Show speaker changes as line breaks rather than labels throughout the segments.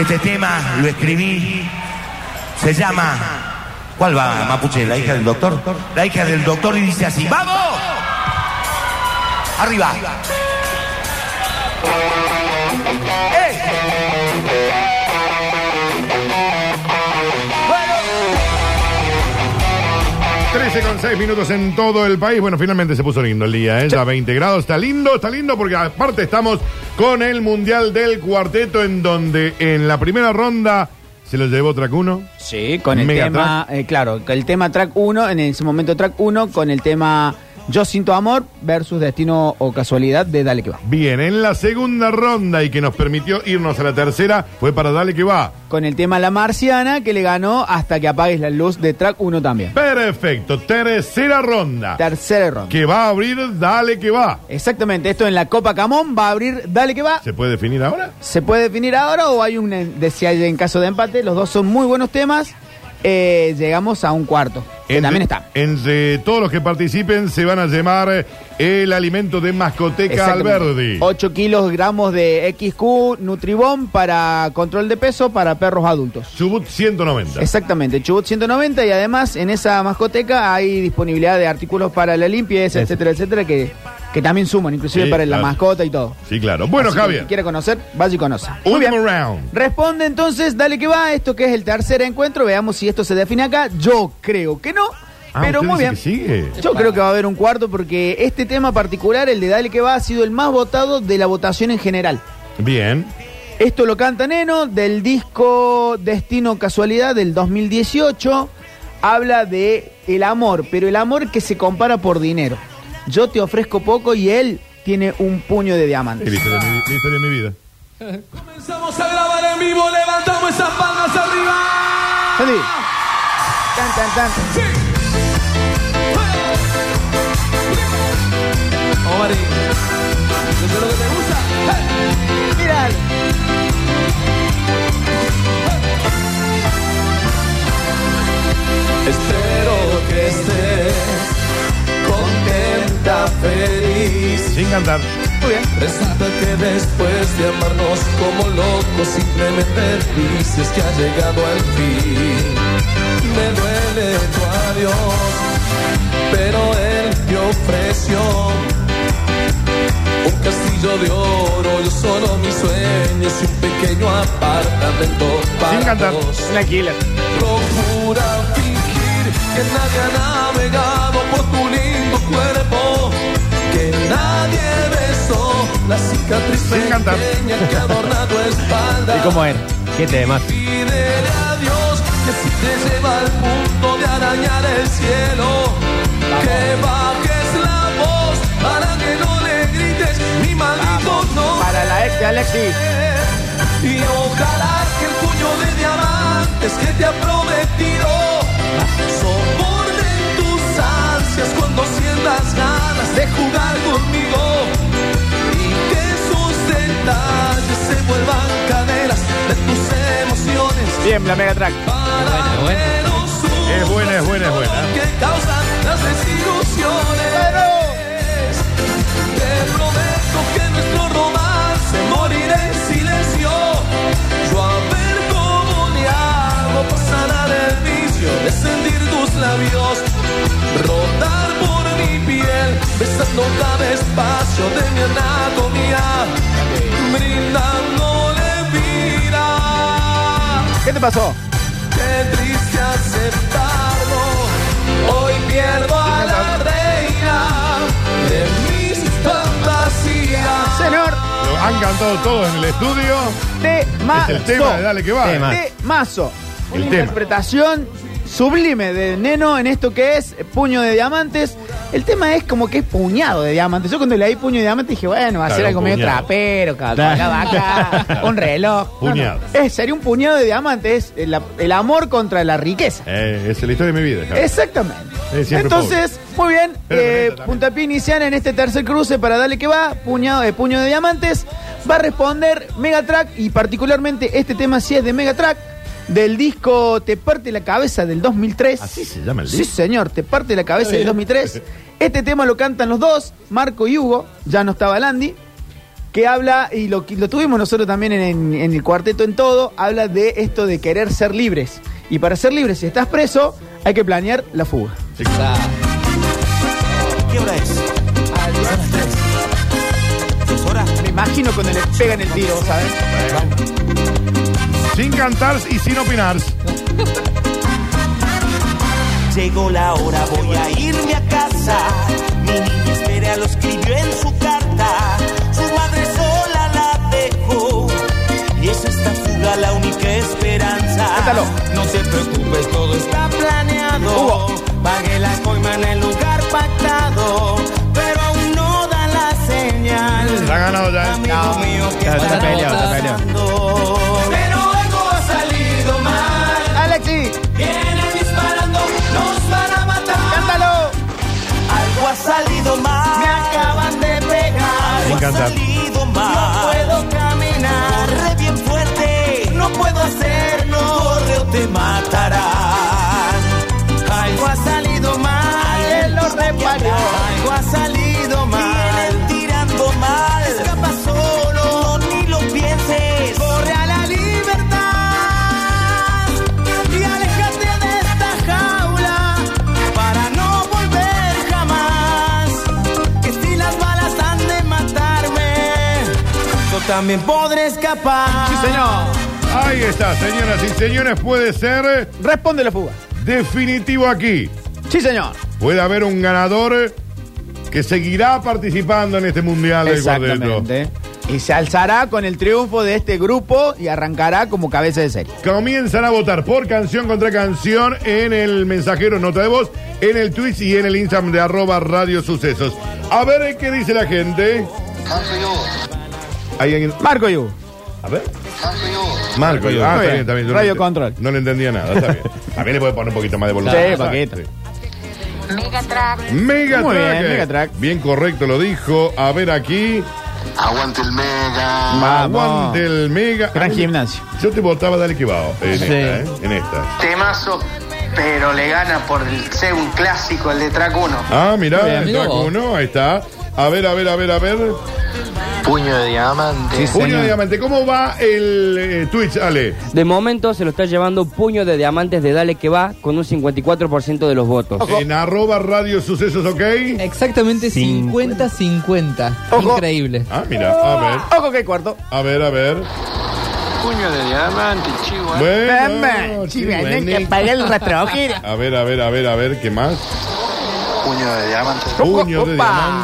Este tema lo escribí. Se llama. ¿Cuál va, Mapuche? ¿La hija del doctor? La hija del doctor y dice así: ¡Vamos! Arriba. ¡Eh! Bueno.
13 con 6 minutos en todo el país. Bueno, finalmente se puso lindo el día, ¿eh? Ya 20 grados. Está lindo, está lindo porque aparte estamos con el Mundial del Cuarteto en donde en la primera ronda se lo llevó Tracuno.
Sí, con el
Mega
tema, eh, claro, con el tema track 1, en ese momento track 1, con el tema Yo siento amor versus Destino o Casualidad de Dale que va.
Bien, en la segunda ronda y que nos permitió irnos a la tercera fue para Dale que va.
Con el tema La Marciana, que le ganó hasta que apagues la luz de track 1 también.
Perfecto, tercera ronda.
Tercer ronda.
Que va a abrir Dale que va.
Exactamente, esto en la Copa Camón va a abrir Dale que va.
¿Se puede definir ahora?
¿Se puede definir ahora o hay un de si hay en caso de empate? Los dos son muy buenos temas. Eh, llegamos a un cuarto, que
Entre-
también está.
Entre todos los que participen se van a llevar eh, el alimento de Mascoteca
Exactamente.
Alberdi.
8 kilogramos de XQ Nutribón para control de peso para perros adultos.
Chubut 190.
Exactamente, Chubut 190 y además en esa mascoteca hay disponibilidad de artículos para la limpieza, etcétera, etcétera, que, que también suman, inclusive
Sí,
para la
claro.
mascota y todo.
Sí, claro. Bueno,
Así que
Javier.
Si quiere conocer, vaya y conoce. Muy
Último
bien.
round.
Responde entonces, dale que va, esto que es el tercer encuentro, veamos si esto se define acá. Yo creo que no,
Ah,
pero
usted
muy
dice
bien.
que sigue.
Yo creo que va a haber un cuarto porque este tema particular, el de Dale que va, ha sido el más votado de la votación en general.
Bien.
Esto lo canta Neno del disco Destino Casualidad del 2018. Habla de el amor, pero el amor que se compara por dinero. Yo te ofrezco poco y él tiene un puño de
Es
diamantes.
la historia de mi- la historia de mi vida.
Comenzamos a grabar en vivo, levantamos esas palmas arriba.
Sandy. Tan, tan, tan.
Omar, ¿eso es lo que te gusta? ¡Hey!
Mirá.
Espero que estés contenta, feliz.
Sin cantar.
Muy bien.
Resulta que después de amarnos como locos, simplemente dices que ha llegado al fin. Me duele tu adiós, pero él te ofreció un castillo de oro, yo solo mis sueños y un pequeño apartamento para
Sin cantar.
dos.
Tranquila.
Procura fingir que nadie ha navegado por tu lindo cuerpo, que nadie besó la cicatriz
Sin cantar.
pequeña que adorna tu espalda.
¿Y cómo era?
¿Qué tema?
Pídele a Dios que si te lleva al punto de arañar el cielo, que bajes la voz para que no le grites mi maldito nombre.
Para la ex de Alexis.
Y ojalá que el puño de diamantes que te ha prometido soporten tus ansias cuando sientas ganas de jugar conmigo. Y que esos detalles se vuelvan cadenas de tus emociones
Bien, la mega track.
para
Bueno, bueno.
que los
Es buena, es buena, es buena.
susurros que causan las desilusiones. Te prometo que nuestro romance morirá en silencio. Yo a ver cómo le hago para sanar el vicio de sentir tus labios. Rodar por mi piel, besando cada espacio de mi anatomía, brindándole vida.
¿Qué te pasó?
Qué triste aceptarlo. Hoy pierdo a la reina de mis fantasías.
Señor,
Lo han cantado todos en el estudio.
de
Es el tema de Dale que va.
Tema.
de Mazo.
El
Una
tema.
interpretación sublime de Neno en esto que es puño de diamantes. El tema es como que es puñado de diamantes. Yo cuando le di puño de diamantes dije, bueno, va a
Claro,
ser algo
un
medio
puñado.
trapero, ca-
Claro.
acá, acá, un reloj. No, no.
Puñado.
Es, sería un puñado de diamantes, es el, el amor contra la riqueza.
Eh, es la historia de mi vida. Javier.
Exactamente.
Es siempre
Entonces, muy bien,
Pero
eh,
bonito también.
puntapié inicial en este tercer cruce para darle que va, puñado de puño de diamantes. Va a responder Megatrack y particularmente este tema sí es de Megatrack, del disco Te parte la cabeza del 2003.
Así se llama el
Sí,
disco.
señor, Te parte la cabeza del 2003. Este tema lo cantan los dos, Marco y Hugo, ya no estaba Landy. que habla, y lo, lo tuvimos nosotros también en, en- en el cuarteto en todo, habla de esto de querer ser libres. Y para ser libres, si estás preso, hay que planear la fuga.
¿Qué hora es? Son las tres. ¿Dos horas?
Me imagino cuando le pegan el tiro, ¿sabes?
Sin cantar y sin opinar.
Llegó la hora, voy a irme a casa. Mi niña espera lo escribió en su carta. Su madre sola la dejó. Y es esta fuga la única esperanza.
Cántalo.
No te preocupes, todo está planeado.
Hugo.
Pagué la coima en el lugar pactado. Pero aún no da la señal.
La ha ganado ya. ¿eh?
Amigo mío, ¿qué
Está- está
estará
peleado, está peleado.
pasando? Pero algo ha salido mal.
Alexi,
Vienen disparando, nos van a matar.
cántalo.
Algo ha salido mal. Me acaban de pegar.
Me encanta.
Ha salido mal. No puedo caminar. Corre bien fuerte. No puedo hacerlo. Corre o te matarán. Algo ha salido mal. Alguien lo reparó. Algo ha salido mal. Vienen tirando mal. Escapa solo. No, ni lo pienses. Corre a la libertad. Y aléjate de esta jaula para no volver jamás. Que si las balas han de matarme, yo también podré escapar.
Sí, señor.
Ahí está, señoras y señores, puede ser
Responde la fuga.
definitivo aquí.
Sí, señor.
Puede haber un ganador que seguirá participando en este mundial del cuarteto.
Exactamente. Y se alzará con el triunfo de este grupo y arrancará como cabeza de serie.
Comienzan a votar por canción contra canción en el mensajero Nota de Voz, en el Twitch y en el Instagram de arroba Radio Sucesos. A ver qué dice la gente. ¿Hay alguien?
Marco Yu.
A ver. Marco,
Marco,
ah,
muy
está bien,
bien.
está bien. Yo no
Radio
ent-
control.
No le entendía nada, está bien. También le puede poner un poquito más de volumen.
Sí,
Está bien,
poquito.
Megatrack.
Mega
Muy
track,
bien,
eh.
mega track.
Bien correcto lo dijo. A ver aquí.
Aguante el mega.
Vamos.
Aguante el mega.
Gran
Ay,
gimnasio.
Yo te votaba Dale Quibao en
Sí.
esta, ¿eh? En esta.
Temazo, pero le gana por el- ser un clásico el de track 1.
Ah, mirá,
Muy bien,
el
mirá
track
vos.
uno, ahí está. A ver, a ver, a ver, a ver.
Puño de diamante.
Puño de diamante, ¿cómo va el eh, Twitch, Ale?
De momento se lo está llevando puño de diamantes de Dale que va con un 54% de los votos.
En arroba radio sucesos, ¿ok?
Exactamente 50-50.
Ojo.
Increíble.
Ah, mira, a ver,
Oh, Ojo que hay cuarto.
a ver, a ver.
Puño de diamante, chivo. ¿eh?
Bueno,
Mamá,
sí,
chiva,
bueno.
que pague el rastrojero.
A ver, a ver, a ver, a ver, ¿qué más?
Puño de diamante.
Puño
Opa,
de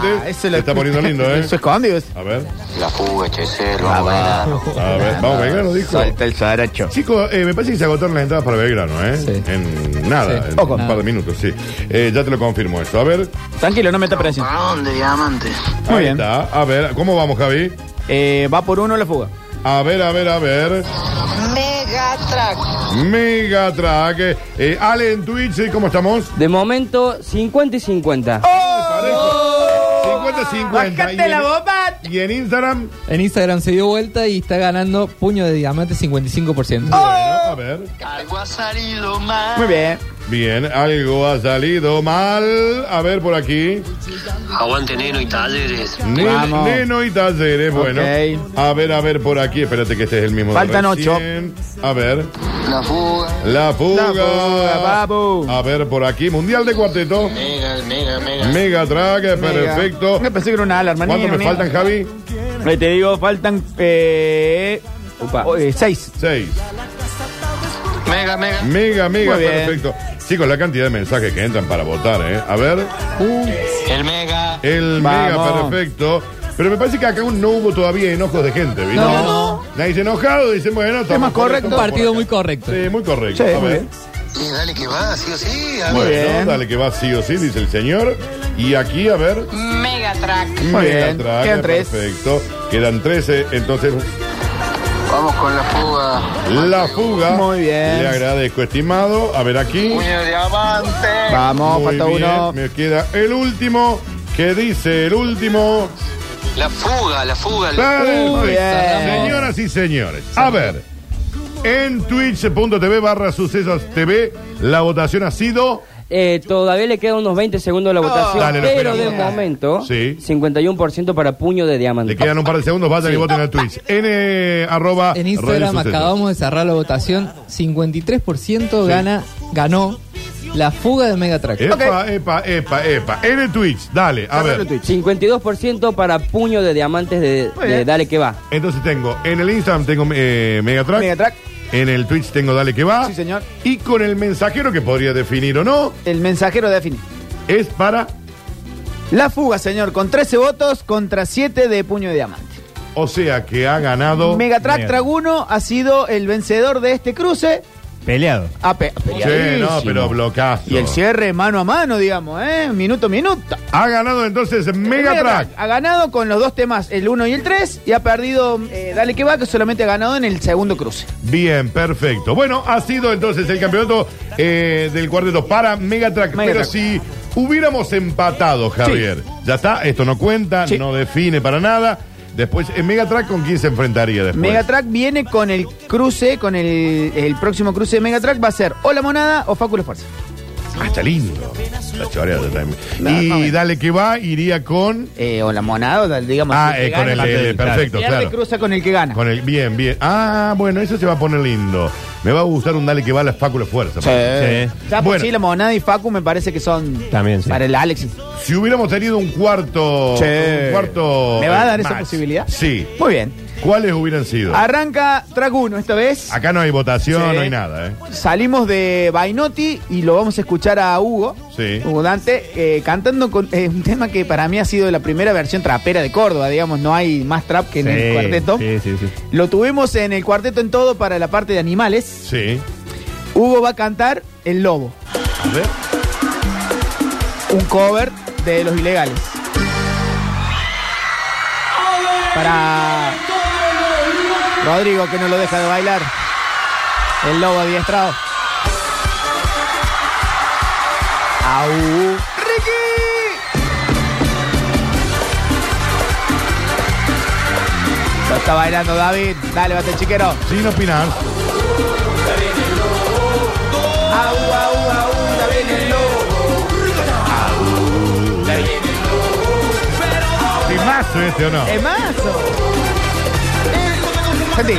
diamante.
ese
Se
lo-
está poniendo lindo, ¿eh?
Eso escondido. es.
A ver,
La fuga, Chesel, vamos verano.
a ver, vamos, Belgrano dijo.
el saracho.
Chicos, eh, me parece que se agotaron las entradas para Belgrano, ¿eh?
Sí.
En nada,
Sí.
en un par de minutos, sí. Eh, ya te lo confirmo eso. A ver,
Tranquilo, no meta presión.
Parón de diamante.
Muy
ahí
bien.
está. A ver, ¿cómo vamos, Javi?
Eh, va por uno la fuga.
A ver, a ver, a ver.
Megatrack.
Mega track. Eh, Ale en Twitch, ¿cómo estamos?
De momento 50 y 50.
Parejo. 50-50. Y
Oh. ¡Bájate
en-
la bomba!
Y en Instagram.
En Instagram se dio vuelta y está ganando puño de diamante
Ah,
55%.
Oh.
Bueno, a ver.
Algo ha salido mal.
Muy bien.
Bien, algo ha salido mal. A ver por aquí.
Aguante Neno y Talleres.
Ne-
Vamos.
Neno y Talleres, bueno.
Ok.
A ver, a ver por aquí. Espérate que este es el mismo. de
Faltan
recién. A ver.
La fuga.
La fuga.
La fuga, babu.
A ver por aquí. Mundial de cuarteto.
Mega, mega, mega.
Mega track, perfecto.
Me pensé que era una alarma.
¿Cuánto
ni-
me
ni-
faltan, Javi?
Eh, te digo, faltan eh, oh, eh, seis.
Seis.
Mega, mega.
Mega, mega,
Muy bien.
perfecto. Chicos, la cantidad de mensajes que entran para votar, ¿eh? A ver,
El mega.
el mega,
Vamos.
perfecto. Pero me parece que acá aún no hubo todavía enojos de gente, ¿viste?
No,
Nadie se enojado, dicen, bueno, estamos
más
por
correcto.
acá,
Un partido muy
estamos
correcto.
por acá. Sí, muy correcto.
Sí,
a
muy
ver.
bien.
Y dale que va, sí o sí. a ver.
Bueno,
bien.
dale que va sí o sí, dice el señor. Y aquí, a ver,
Megatrack.
Muy
mega
bien,
traga,
quedan tres.
Perfecto. Quedan 13, entonces
Vamos con la fuga.
la fuga.
Muy bien.
Le agradezco, estimado. A ver aquí.
Puño de diamante.
Vamos,
Muy
falta
bien,
uno.
Me queda el último. ¿Qué dice el último?
La fuga, la fuga.
Perfecto.
bien.
Señoras y señores, a ver, en twitch.tv barra sucesos TV, la votación ha sido
eh, todavía le quedan unos 20 segundos de la votación,
Ah. Dale, lo
pero de
esperamos.
momento,
Sí.
51% para puño de diamante.
Le quedan un par de segundos, vayan y voten al Twitch. N arroba
En
Radio
Instagram
Sucesos.
acabamos de cerrar la votación. 53% gana, ganó la fuga de Megatrack.
Epa, epa, epa, epa. N Twitch, dale, a ver.
52% para puño de diamantes de,
Muy
de
bien.
Dale que va.
Entonces tengo, en el Instagram tengo eh, Megatrack.
Megatrack.
En el Twitch tengo Dale que va.
Sí, señor.
Y con el mensajero que podría definir o no,
El mensajero define.
es para,
La fuga, señor, con 13 votos contra 7 de puño de diamante.
o sea, que ha ganado.
Megatrack
Mega.
Traguno ha sido el vencedor de este cruce.
Peleado.
A pe-
Sí, no,
peleadísimo.
pero blocazo.
Y el cierre mano a mano, digamos, ¿eh? Minuto a minuto.
Ha ganado entonces Megatrack.
Ha ganado con los dos temas, el 1 y el 3, y ha perdido eh, Dale que va, que solamente ha ganado en el segundo cruce.
Bien, perfecto. Bueno, ha sido entonces el campeonato eh, del cuarteto para Megatrack.
Megatrack.
Pero si hubiéramos empatado, Javier, ya está, esto no cuenta,
Sí.
no define para nada. Después, eh, Megatrack, ¿con quién se enfrentaría después?
Megatrack viene con el cruce, con el, el próximo cruce de Megatrack, va a ser o La Monada o Fáculo Fuerza.
Ah, está lindo. La choreada también.
No,
y
no, bueno.
dale que va, iría con.
Eh, o La Monada, o la- digamos.
Ah,
el que
eh, con
gana.
el, el- perfecto,
Pierde,
claro.
cruza con el que gana.
Con el, bien, bien. Ah, bueno, eso se va a poner lindo. Me va a gustar un dale que va a las fáculas fuerza.
Sí.
Ya por
Bueno.
sí, La Monada y Facu me parece que son
También, sí.
para el Alexis.
Si hubiéramos tenido un cuarto.
Che.
Un cuarto.
¿Me va a
eh,
dar esa
match.
posibilidad?
Sí.
Muy bien.
¿Cuáles hubieran sido?
Arranca track 1 esta vez.
Acá no hay votación,
Sí.
no hay nada, ¿eh?
Salimos de Bainotti y lo vamos a escuchar a Hugo,
Sí.
Hugo Dante, eh, cantando con, eh, un tema que para mí ha sido la primera versión trapera de Córdoba, digamos, no hay más trap que en el cuarteto.
Sí, sí, sí.
Lo tuvimos en el cuarteto en todo para la parte de animales.
Sí.
Hugo va a cantar El Lobo,
A ver.
un cover de Los Ilegales. Para Rodrigo que no lo deja de bailar. El lobo adiestrado. Au. ¡Ricky! Lo está bailando David. Dale, bate chiquero. Au,
Sin opinar.
au, au. Ya viene el lobo.
Timazo este o no.
Es más. Sentí.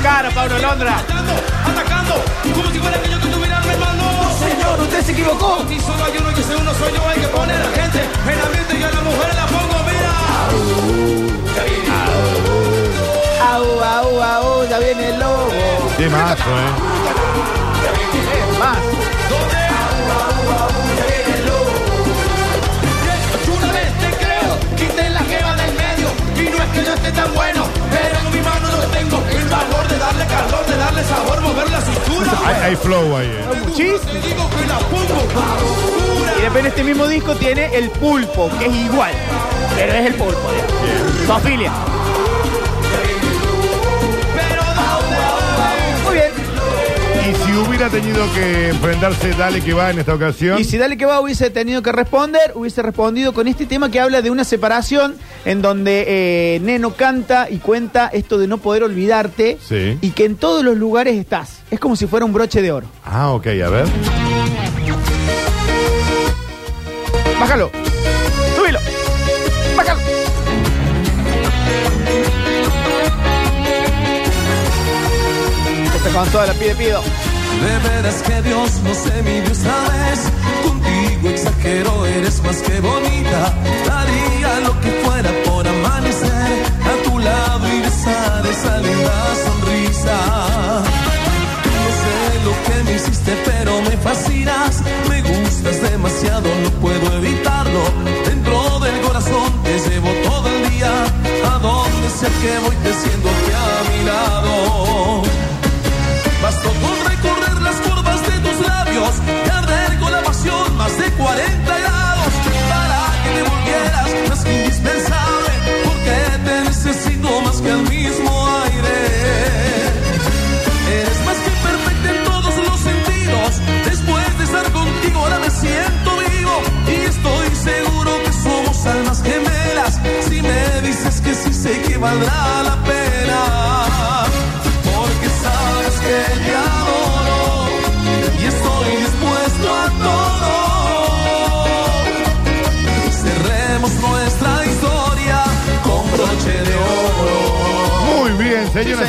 Claro, Pablo Londra.
Atacando, como si fuera que yo te estuviera armando.
Señor, usted se equivocó.
Y solo hay uno y ese uno soy yo, hay que poner a la gente en ambiente y a la mujer la pongo, mira.
Au, au, au. Ya viene el lobo.
Timazo, ¿eh?
Es más.
Una vez te creo, quité la jeva del medio. Y no es que yo esté tan bueno, pero en mi mano yo tengo el valor de darle calor, de darle sabor, mover la
Hay,
cintura.
hay flow ahí, ¿eh?
Muchísimo.
Te digo que la pongo basura.
Y después en este mismo disco tiene el pulpo, que es igual, pero es el pulpo. digamos. Zoofilia. Muy bien.
Y si hubiera tenido que enfrentarse, dale que va en esta ocasión.
Y si Dale que va hubiese tenido que responder, hubiese respondido con este tema que habla de una separación en donde eh, Neno canta y cuenta esto de no poder olvidarte
Sí.
y que en todos los lugares estás. Es como si fuera un broche de oro.
Ah, ok, a ver.
Bájalo. Súbilo. Bájalo. Este con toda la pide pido.
De veras que Dios no se midió esta vez. Contigo exagero, eres más que bonita. Daría lo que fuera por amanecer a tu lado y besar esa linda sonrisa. No sé lo que me hiciste, pero me fascinas. Me gustas demasiado, no puedo evitarlo. Dentro del corazón te llevo todo el día. A donde sea que voy, te siento aquí a mi lado. Bastó con recorrer las curvas de tus labios y arder con la pasión más de 40 grados para que te volvieras más que indispensable porque te necesito más que el mismo aire. Eres más que perfecta en todos los sentidos. Después de estar contigo ahora me siento vivo y estoy seguro que somos almas gemelas. Si me dices que sí sé que valdrá la pena.
Señoras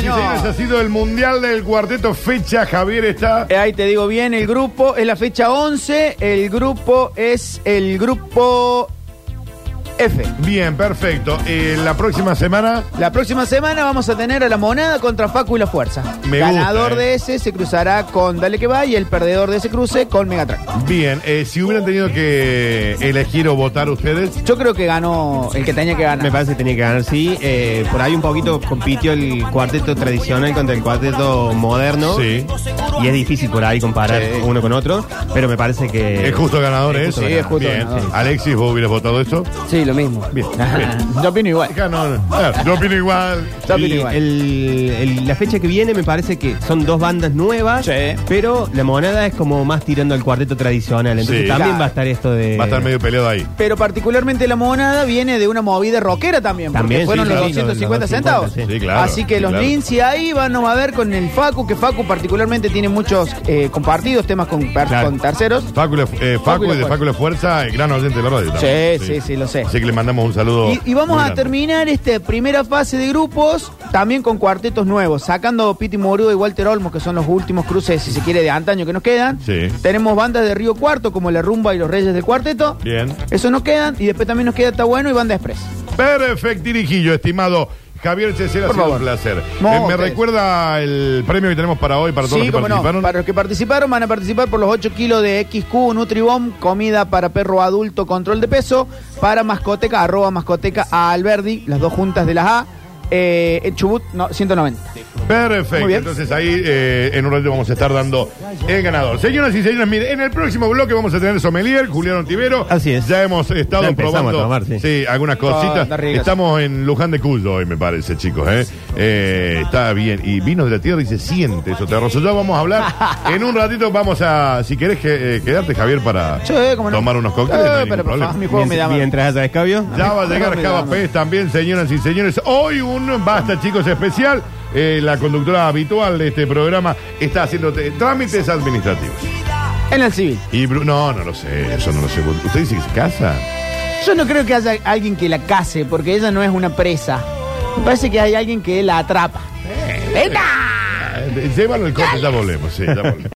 Sí,
y
señor.
señores, ha sido el Mundial del Cuarteto Fecha. Javier está.
Eh, Ahí te digo bien, el grupo es la fecha 11, el grupo es el grupo F.
Bien, perfecto. Eh, la próxima semana.
La próxima semana vamos a tener a la monada contra Facu y la Fuerza.
Me gusta,
Ganador
eh.
de ese se cruzará con Dale que va y el perdedor de ese cruce con Megatrack.
Bien, eh, si hubieran tenido que elegir o votar ustedes.
Yo creo que ganó el que tenía que ganar.
Me parece que tenía que ganar, sí. Eh, por ahí un poquito compitió el cuarteto tradicional contra el cuarteto moderno.
Sí.
Y es difícil por ahí comparar
Sí.
uno con otro, pero me parece que...
Es justo ganador, ¿eh?
es justo ganador.
Bien.
Bien.
Alexis, ¿vos hubieras votado eso?
Sí, lo mismo.
Bien. bien.
Yo opino igual.
Acá no, no. Ah, Yo opino igual.
Y el- el- la fecha que viene me parece que son dos bandas nuevas, pero la monada es como más tirando al cuarteto tradicional. Entonces
Sí.
también
Claro.
va a estar esto de.
Va a estar medio peleado ahí.
Pero particularmente la monada viene de una movida rockera también, porque
También,
fueron
sí,
los
sí,
250
los 250,
centavos.
sí.
Sí, claro,
Así que
sí,
los
claro.
links y ahí van a ver con el Facu, que Facu particularmente tiene muchos eh, compartidos, temas con, per-
Claro.
con terceros.
Facu, la- eh, Facu
Facu la
y de
Fuerza.
Facu la Fuerza, eh, gran oyente de la radio. también.
Sí, sí, sí, lo sé.
Así que le mandamos un saludo.
Y, y vamos
Oh, muy
a
grande.
terminar esta primera fase de grupos también con cuartetos nuevos, sacando Piti Morudo y Walter Olmos, que son los últimos cruces, si se quiere, de antaño que nos quedan.
Sí.
Tenemos bandas de Río Cuarto, como La Rumba y Los Reyes del Cuarteto.
Bien.
Eso nos quedan. Y después también nos queda Está Bueno y Banda Express.
Perfecto, dirijillo, estimado. Javier Cesera, ha
Por
sido un
favor.
placer.
No,
Eh, me
ustedes.
recuerda el premio que tenemos para hoy, para todos
sí,
los que
como
participaron.
no. Para los que participaron, van a participar por los 8 kilos de XQ, Nutribom, comida para perro adulto, control de peso, para mascoteca, arroba mascoteca a Alberdi, las dos juntas de las A, eh, en Chubut no, 190. Muy
Perfecto.
bien.
Entonces ahí eh, en un ratito vamos a estar dando el ganador. Señoras y señores, mire, en el próximo bloque vamos a tener sommelier, Julián Ontivero.
Así es.
Ya hemos estado
Ya empezamos
probando
a tomar, sí.
algunas
Ah,
cositas.
anda riegas.
Estamos en Luján de Cuyo hoy, me parece, chicos. ¿eh? Eh, está bien. Y vinos de la tierra y se siente eso, terroso. Ya vamos a hablar. En un ratito vamos a, si querés que- eh, quedarte, Javier, para
Sí, cómo no.
tomar unos cócteles.
Eh,
no hay
pero
ningún
por
problema.
favor, mi juego me da más.
Mientras haya escabio.
Ya va a llegar
Dame,
Java
dame.
Pez también, señoras y señores. Hoy un Basta Chicos especial. Eh, la conductora habitual de este programa está haciendo t- trámites administrativos.
En el civil.
Y Bru- no, no lo sé, eso no lo sé. ¿Usted dice que se casa?
Yo no creo que haya alguien que la case, porque ella no es una presa. Me parece que hay alguien que la atrapa. ¡Venga!
Ah, Eh, Llévalo el coche, ya volvemos, sí, ya volvemos.